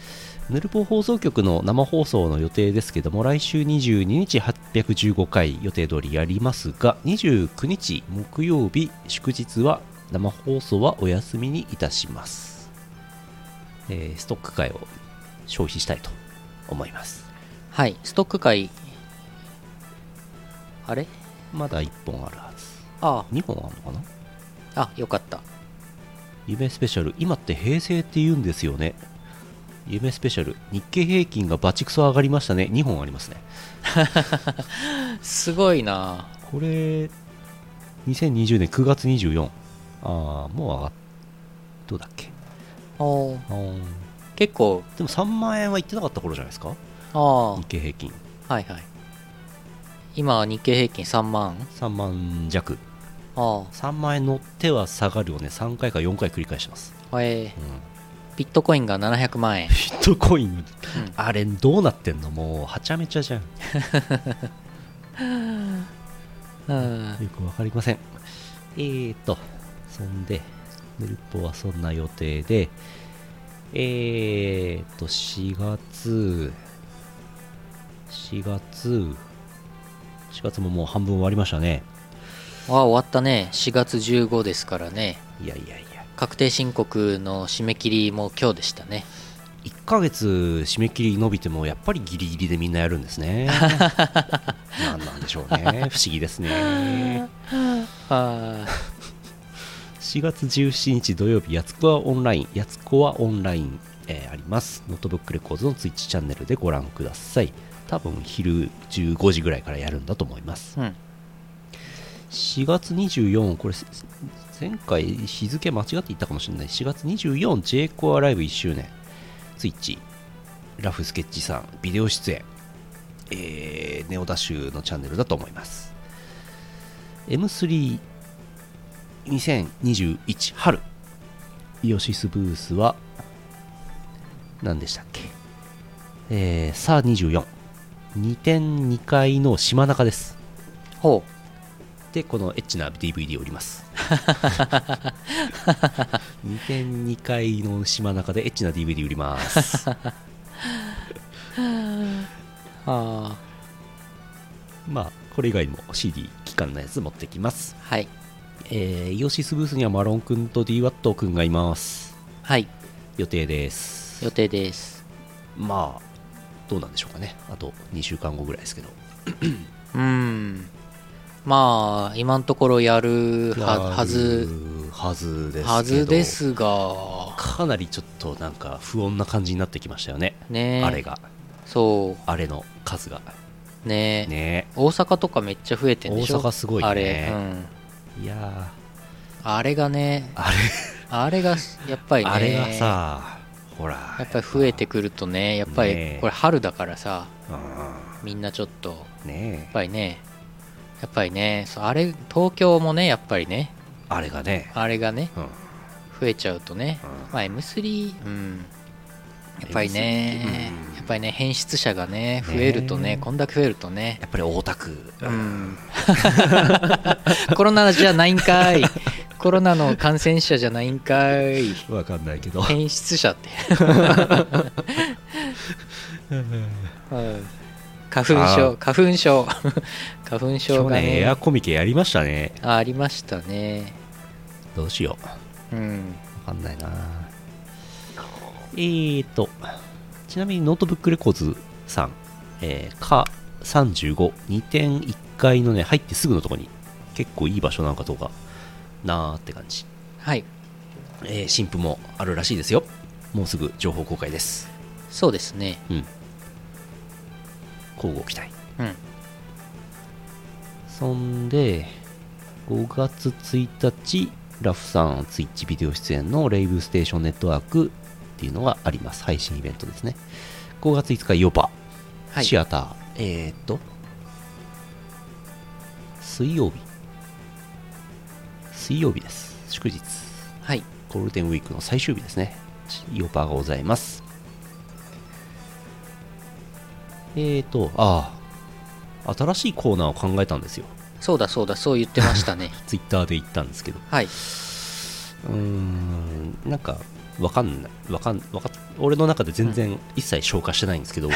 ヌルポ放送局の生放送の予定ですけども来週22日815回予定通りやりますが29日木曜日祝日は生放送はお休みにいたします、えーストック会を消費したいと思いますはいストック会あれまだ1本あるはずあ2本あるのかあなあよかった夢スペシャル今って平成って言うんですよね夢スペシャル日経平均がバチクソ上がりましたね2本ありますねすごいなこれ2020年9月24ああもう上がっどうだっけおーあー結構でも3万円はいってなかった頃じゃないですかあ日経平均あはいはい今は日経平均3万3万弱あ3万円乗っては下がるをね3回か4回繰り返してます、あえうんー、ビットコインが700万円ビットコイン、あれどうなってんのもうはちゃめちゃじゃんうんよくわかりません。えーと、そんで、ヌルポはそんな予定で、えーと、4月、4月、4月ももう半分終わりましたね。ああ終わったね4月15ですからねいやいやいや、確定申告の締め切りも今日でしたね1ヶ月締め切り伸びても、やっぱりギリギリでみんなやるんですね。なんなんでしょうね。不思議ですね。ああ4月17日土曜日、やつこはオンライン、やつこはオンライン、えーあります。ノートブックレコードのツイッチチャンネルでご覧ください。多分昼15時ぐらいからやるんだと思います。うん4月24、これ、せ前回日付間違っていたかもしれない。4月24、j コアライブ1周年、ツイッチ、ラフスケッチさん、ビデオ出演、えーネオダッシュのチャンネルだと思います。M3 2021春イオシスブースは何でしたっけえー、さあ242点2階の島中ですほでこのエッチな DVD を売ります 2.2階の島中でエッチな DVD 売りますうあ まあこれ以外にも CD 期間のやつ持ってきますあはいえー、イオシスブースにはマロン君と DWAT 君がいますはい予定です予定ですまあどうなんでしょうかねあと2週間後ぐらいですけどうんまあ今のところやるははずはずですけどはずですがかなりちょっとなんか不穏な感じになってきましたよね、ねあれがそあれの数がうねね大阪とかめっちゃ増えてんでしょ大阪すごいねあれ、うん、いやあれがねーああれがやっぱれ、りねあれがさほらやっぱり増えてくるとねやっぱねりこれ春だからさうんみんなちょっとやねっえぱりねやっぱりねそうあれ東京もねやっぱりねあれがね、あれがねうん、増えちゃうとね、まあ、M3、うん、やっぱりね M3 う、んやっぱりね、変質者がね、増えるとね、ねこんだけ増えるとね、やっぱり大田区、うん、 コロナじゃないんかい、コロナの感染者じゃないんかい、わかんないけど変質者 って、うん花粉症、花粉症、 花粉症去が年エアね、コミケやりましたねあありましたね。どうしよううん、わかんないなえーと、ちなみにノートブックレコーズさん、えー、か35、2点1階のね、入ってすぐのとこに、結構いい場所なのかどうかなーって感じ。はい、えー、新婦もあるらしいですよ。もうすぐ情報公開です。そうですね。うん。交互期待。うん、そんで、5月1日、ラフさんツイッチビデオ出演のレイブステーションネットワークっていうのがあります。配信イベントですね。5月5日、ヨパ、はい、シアター、えーっと、水曜日。水曜日です。祝日。はい、ゴールデンウィークの最終日ですね。ヨパがございます。えーっと、ああ、新しいコーナーを考えたんですよ。そうだそうだ、そう言って ましたね。ツイッターで言ったんですけど、はい、うーん、なんか、わかんないわかんわか俺の中で全然一切消化してないんです けど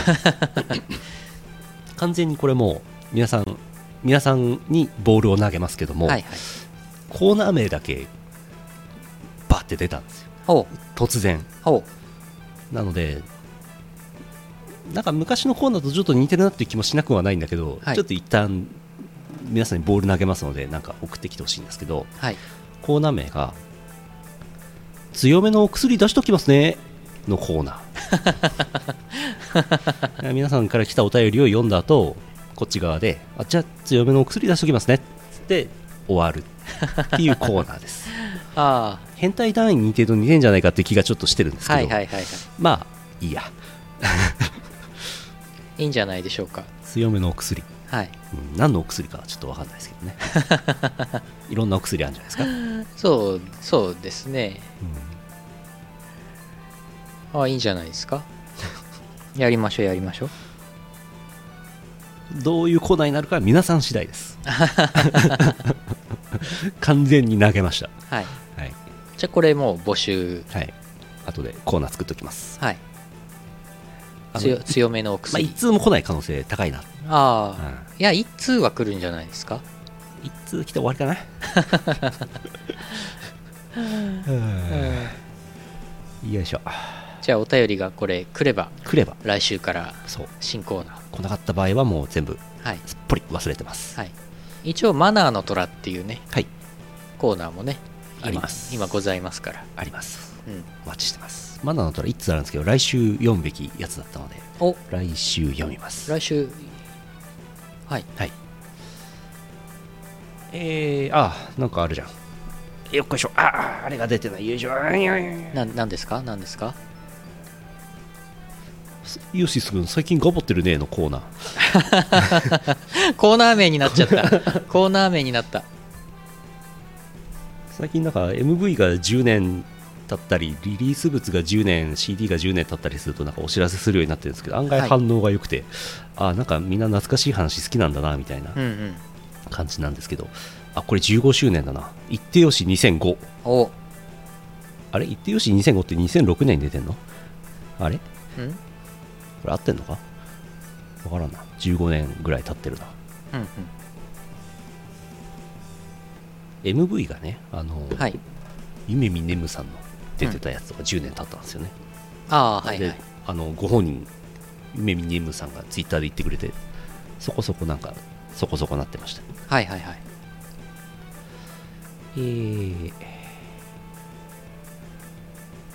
完全にこれもう皆さん皆さんにボールを投げますけども、はいはいコーナー名だけバッて出たんですよほ突然うほなのでなんか昔のコーナーとちょっと似てるなっていう気もしなくはないんだけど、はいちょっと一旦皆さんにボール投げますのでなんか送ってきてほしいんですけどうはいコーナー名が「強めのお薬出しときますね」のコーナ ー皆さんから来たお便りを読んだ後こっち側で「あじゃあ強めのお薬出しときますね」で終わるっていうコーナーです あ変態単位に似てると似てんじゃないかって気がちょっとしてるんですあけど、はいはいはいはまあいいやいいいんじゃないでしょうか強めのお薬、はいうん何のお薬かはちょっと分かんないですけどね いろんなお薬あるんじゃないですか、うんそうそうですねあいいんじゃないです かやりましょうやりましょうどういうコーナーになるかは皆さん次第です 完全に投げましたはいはい、じゃあこれもう募集はい、後でコーナー作っておきますはいあの強強めのおまあ、薬、一通も来ない可能性高いな、ああ、ういや一通は来るんじゃないですかん、一通来て終わりかなうん よいしょじゃあお便りがこれ来れば来れば来週からそう新コーナー来なかった場合はもう全部はい、すっぽり忘れてますはい、一応「マナーの虎」っていうね、はいコーナーもね今あります今ございますから、ありますうん、お待ちしてますマナーの虎1通あるんですけど来週読むべきやつだったのでお来週読みます来週はいはいえー、あなんかあるじゃんよっこいしょあーあれが出てないよいしょあいやいやいなや何ですか何ですかイオシス君最近頑張ってるねのコーナーコーナー名になっちゃ ったコーナー名になった最近なんか MV が10年経ったりリリース物が10年 CD が10年経ったりするとなんかお知らせするようになってるんですけど案外はい反応が良くて、あーなんかみんな懐かしい話好きなんだなみたいなうんうん感じなんですけど、あこれ15周年だな一定よし2005おんあれ言ってよし2005って2006年に出てんのあれこうんれ合ってんのかわからんな。15年ぐらい経ってるな。うん MV がね、あの、はい夢見ねむさんの出てたやつとか10年経ったんですよね。ああはいはでい、あの、ご本人、夢見ねむさんがツイッターで言ってくれて、そこそこなんか、そこそこなってました。はいはいはいえー、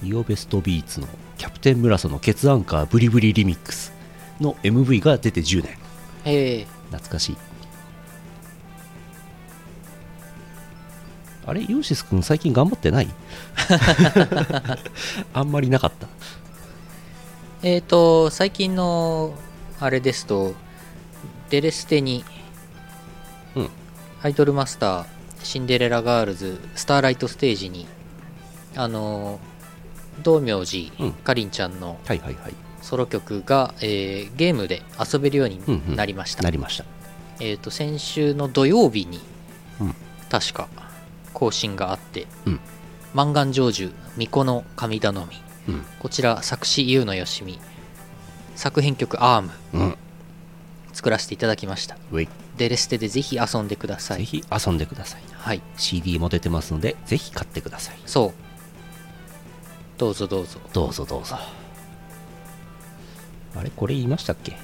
イオベストビーツのキャプテン村ラソのケツアンカーブリブリリミックスの MV が出て10年。ええ懐かしいあれヨシス君最近頑張っ てないあんまりなかったえー、と最近のあれですとデレステに、うんアイドルマスターシンデレラガールズスターライトステージにあのー道明寺、うんかりんちゃんのはいはいはいソロ曲が、えーゲームで遊べるようになりました、なりましたえー、と先週の土曜日に、うん確か更新があってうん「満願成就巫女の神頼み」うんこちら作詞優のよしみ作編曲アームうん作らせていただきましたウェイデレステでぜひ遊んでくださぜいひ遊んでくださいはい CD も出てますのでぜひ買ってくださいそうどうぞどうぞどうぞどうぞあれこれ言いましたっけ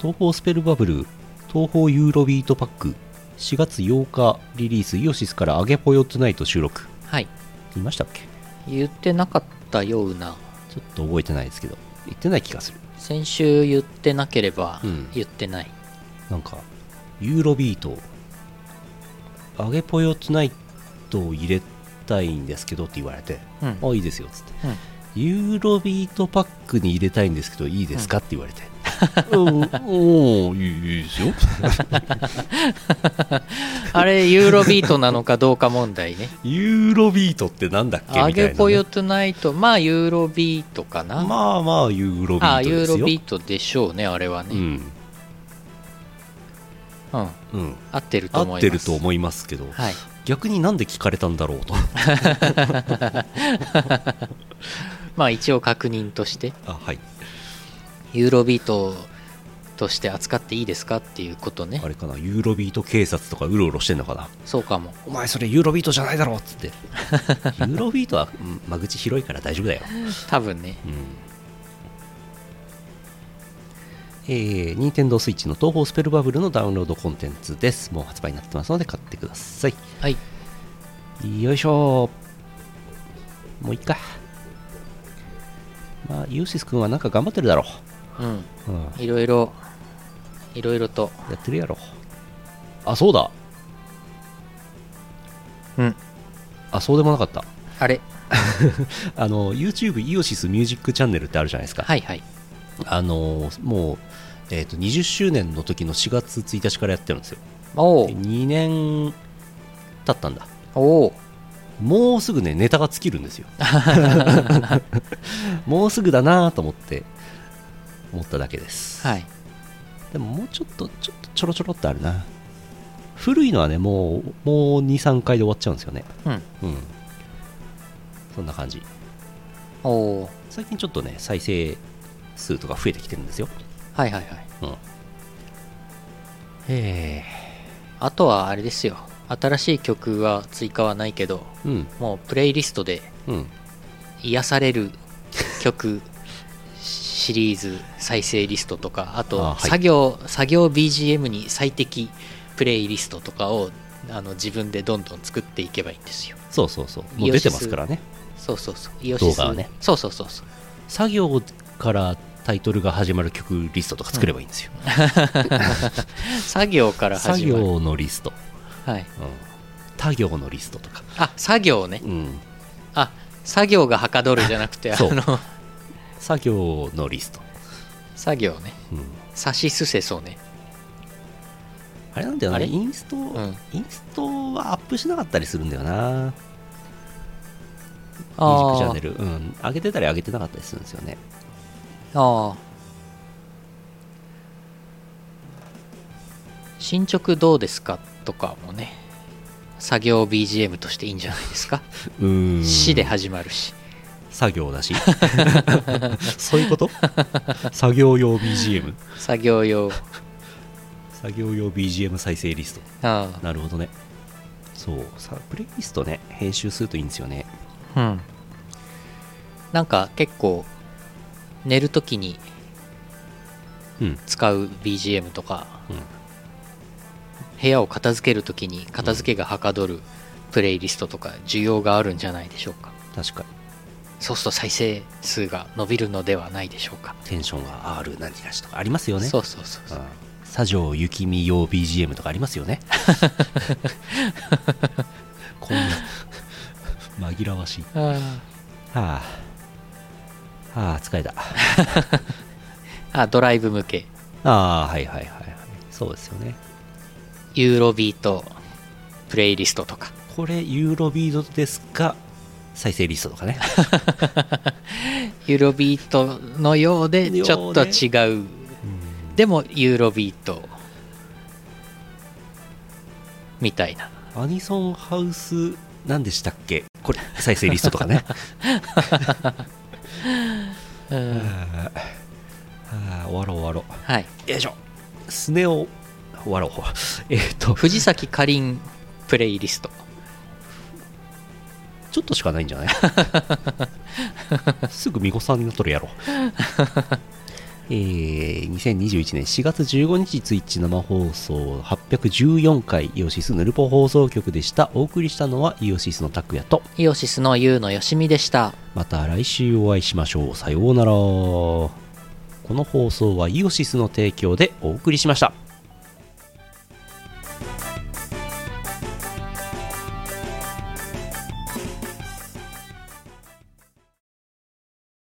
東方スペルバブル東方ユーロビートパック4月8日リリースイオシスから「アゲポヨトゥナイト」収録はい言いましたっけ言ってなかったようなちょっと覚えてないですけど、言ってない気がする。先週言ってなければうん言ってない、なんか、ユーロビート、アゲポヨツナイトを入れたいんですけどって言われて、うんあ、いいですよ、つって。うんユーロビートパックに入れたいんですけど、いいですか、って言われて。うん、おーいいいですよ。あれユーロビートなのかどうか問題ね ユーロビートってなんだっけみたいなアね、ゲポヨトゥナイトまあユーロビートかな、まあまあ、ユーロビあーユトでーすロよ。ビートでしょうねあれはね、うん。うん、うん、合ってると合思っいてまるすと思いますけど、はい逆になんで聞かれたんだろうと まあ一応確認としてあはいユーロビートとして扱っていいですかっていうことねあれかなユーロビート警察とかうろうろしてんのかなそうかもお前それユーロビートじゃないだろうっつって ユーロビートは、うん間口広いから大丈夫だよ、多分ねうんえー、任天堂スイッチの東宝スペルバブルのダウンロードコンテンツですもう発売になってますので買ってくださいはいよいしょもういっかまあユーシス君はなんか頑張ってるだろうんう、うん、いろいろいろいろとやってるやろあそうだうんあそうでもなかったあれあの YouTube イオシスミュージックチャンネルってあるじゃないですか、はいはいあのもう、えー、と20周年の時の4月1日からやってるんですよおでー2年経ったんだおーもうすぐねネタが尽きるんで すよもうすぐだなと思って思っただけです、はいでももうちょっとちょっとちょろちょろってあるな古いのはねもうもう23回で終わっちゃうんですよねうんうんそんな感じおおー最近ちょっとね再生数とか増えてきてるんですよはいはいはいうんえあとはあれですよ新しい曲は追加はないけどうんもうプレイリストでうん癒される曲シリーズ再生リストとかあとあはい作業作業 BGM に最適プレイリストとかをあの自分でどんどん作っていけばいいんですよそうそうそうもう出てますからねそうそうそうイオシス動画はねそうそうそうそう作業からタイトルが始まる曲リストとか作ればいいんですよ、作業から作始まる業のリスト、はい、うん、他行のリストとか、あ作業ねうん、あ作業がはかどるじゃなくてあ そうの作業のリスト、作業ねうん、さしすせそうねあれなんだよあねれインスト、んインストはアップしなかったりするんだよなミュージックチャあンネル、うん、上げてたり上げてなかったりするんですよねあああ進捗どうですかとかもね作業 BGM としていいんじゃないですかう「んし」で始まるし作業だし そういうこと作業用 BGM 作業用作業用 BGM 再生リスあトなるほどねそうさプレイリストね編集するといいんですよねあうんなんか結構寝るときにうん使う BGM とか、うん部屋を片付けるときに片付けがはかどるプレイリストとか需要があるんじゃないでしょうか確かにそうすると再生数が伸びるのではないでしょうか。テンションが R 何々しとかありますよねそうそうそうそう。うん佐城幸美用 BGM とかあります よねこんな紛らわしいあはあはあ疲れたーあ、ドライブ向け、ああはいはいはいはいそうですよねユーロビートプレイリストとか、これユーロビートですか再生リストと かねユーロビートのようでようねちょっと違う、でもユーロビートみたいな。アニソンハウス何でしたっけこれ再生リストとか ねうんはあ終わろう終わろはい、うよいしょスネを終わろうえーっと藤崎かりんプレイリスト。ちょっとしかないんじゃないすぐ巫女さんになっとるやろ。 えー、2021年4月15日ツイッチ生放送814回イオシスヌルポ放送局でした。お送りしたのはイオシスの拓也と、イオシスのユウのよしみでした。また来週お会いしましょう。さようなら。この放送はイオシスの提供でお送りしました。